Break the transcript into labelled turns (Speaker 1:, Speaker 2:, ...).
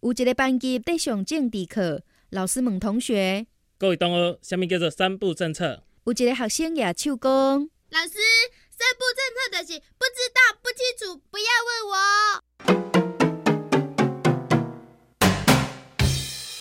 Speaker 1: 有一个班级在上政治课，老师问同学，
Speaker 2: 各位同学，什么叫做三不政策？
Speaker 1: 有一个学生举手讲，
Speaker 3: 老师，三不政策就是不知道、不清